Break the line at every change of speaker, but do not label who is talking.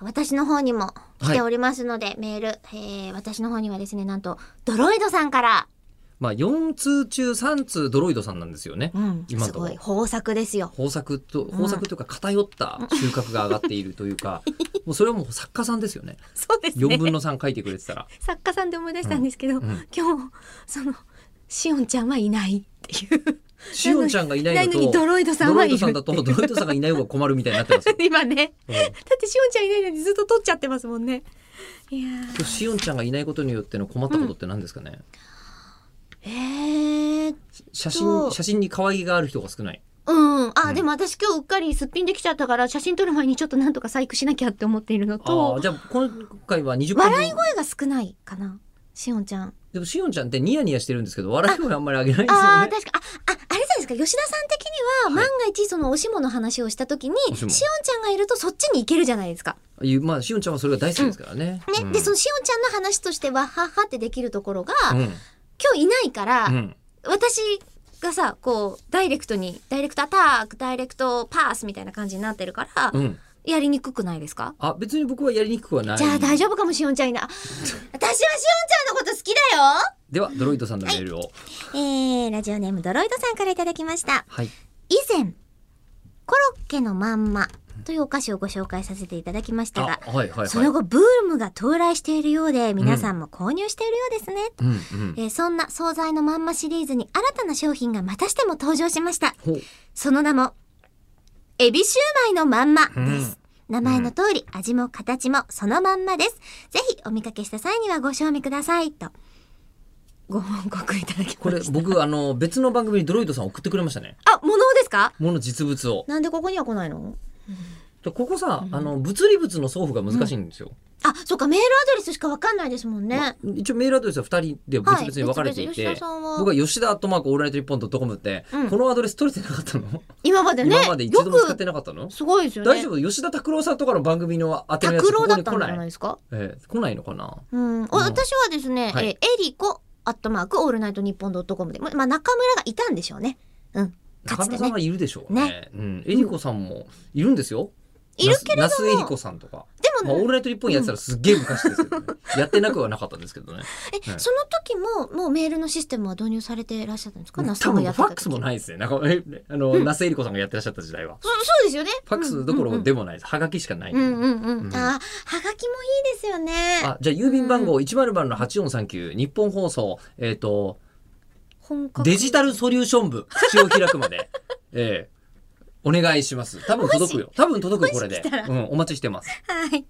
私の方にも来ておりますので、メール、えー私の方にはですね、なんと、ドロイドさんから、
まあ、4通中3通ドロイドさんなんですよね。
うん、
今
す
のと
ごい、
こ
豊作ですよ。
豊作と、豊作というか偏った収穫が上がっているとい うか、もうそれはもう作家さんですよね。
そうです
4分の3書いてくれてたら。
作家さんで思い出したんですけど、
うんうん
今日、その、しおんちゃんはいない っていう。
しおんちゃんがいないの
なのに
と、
ドロイドさん
ド
は
ロイ
いる
ドさんだと、ドロイドさんがいない方が困るみたいになってますよ。
今ね。
うん
だってしおんちゃんいないのにずっと撮っちゃってますもんね。いやー
そうしおんちゃんがいないことによっての困ったことって何ですかね、
えー、
写
そ
真、
う
写真に可愛げがある人が少ない。
うん。あ、
うん
でも私今日うっかりすっぴんできちゃったから、写真撮る前にちょっとなんとか細工しなきゃって思っているの
ああ、
と、
じゃあ今回は20分
笑い声が少ないかな。しおんちゃん。
でもしおんちゃんってニヤニヤしてるんですけど、笑い声あんまり上げないんですよ
ああ、
ね。
確か、あ、あ、あれじゃないですか。吉田さん的には、
はい
万が一そのおしもの話をした時に、
お
し
し
おん
も
ちゃんがいるとそっちに行けるじゃないですか。
いうまあ、しおんちゃんはそれが大好きですからね。
ね。
うん
で、そのしおんちゃんの話としては、はっはってできるところが、
うん。
今日いないから、
うん。
私がさ、こう、ダイレクトに、ダイレクトアタック、ダイレクトパースみたいな感じになってるから、
うん。
やりにくくないですか
あ、別に僕はやりにくくはない。
じゃあ大丈夫かもしおんち ゃんいな。あ私はしおんちゃんのこと好きだよ
では、ドロイドさんのメールを。
えー、ラジオネームドロイドさんからいただきました。
はい。
以前、コロッケのまんまというお菓子をご紹介させていただきましたが、
あ、はいはい
そ
はい
の。後ブームが到来しているようで、皆さんも購入しているようですね。
うんうん。
えーそんな惣菜のまんまシリーズに新たな商品がまたしても登場しました。
ほう。
その名も、エビシューマイのまんまです。名前の通り、味も形もそのまんまです。ぜひ、お見かけした際にはご賞味ください。と。ご報告いただき
こ
ま
れ、
した。
僕、あの、別の番組にドロイドさん送ってくれましたね。
あ、物ですか
もの実物を。
なんでここには来ないの
でここさ、あの、物理物の送付が難しいんですよ。
あ、そっか、メールアドレスしかわかんないですもんね。
一応メールアドレスは2人で別々に分かれてい
はい別
て、
々吉田さんは
僕は吉田アットマークオールナイトニッポンドットコムって、
うん
このアドレス取れてなかったの、
今までね。
今まで一度も使ってなかったの
よくすごいですよね。
大丈夫吉田拓郎さんとかの番組の当てのやつ
拓郎
ここ
だっ
に来
たんじゃ
な
ない
い、
ですか
えー来ないのかな
うん。お私はですね、
はい
えーエリコ、アットマーク、オールナイトニッポンドットコムで、まあ、中村がいたんでしょうね。うん。か
中
つ
村
て
さん
ね。
はいるでしょうねうん、えりこさんもいるんですよ
いるけれども
なす那須えりこさんとか
で
ま
も
あ、オールナイト日本やってたらすっげえ昔ですけ どね、やってなくはなかったんですけどね
え、
はい
その時ももうメールのシステムは導入されていらっしゃったんですか
多
那
分
須さんが
フ
や
ァ
ってた時
ックスもないですねなんかえあの、那須えりこさんがやってらっしゃった時代は
そそうですよね
ファックスどころ
で
でもないですはがきしかない、
うんうんうん、
うん
あーはがきもいいですよね
あじゃあ郵便番号100の8439日本放送えっ、と
本格
デジタルソリューション部口を開くまで ええお願いします多分届くよ多分届くよこれで
もし来たら
うんお待ちしてます
はい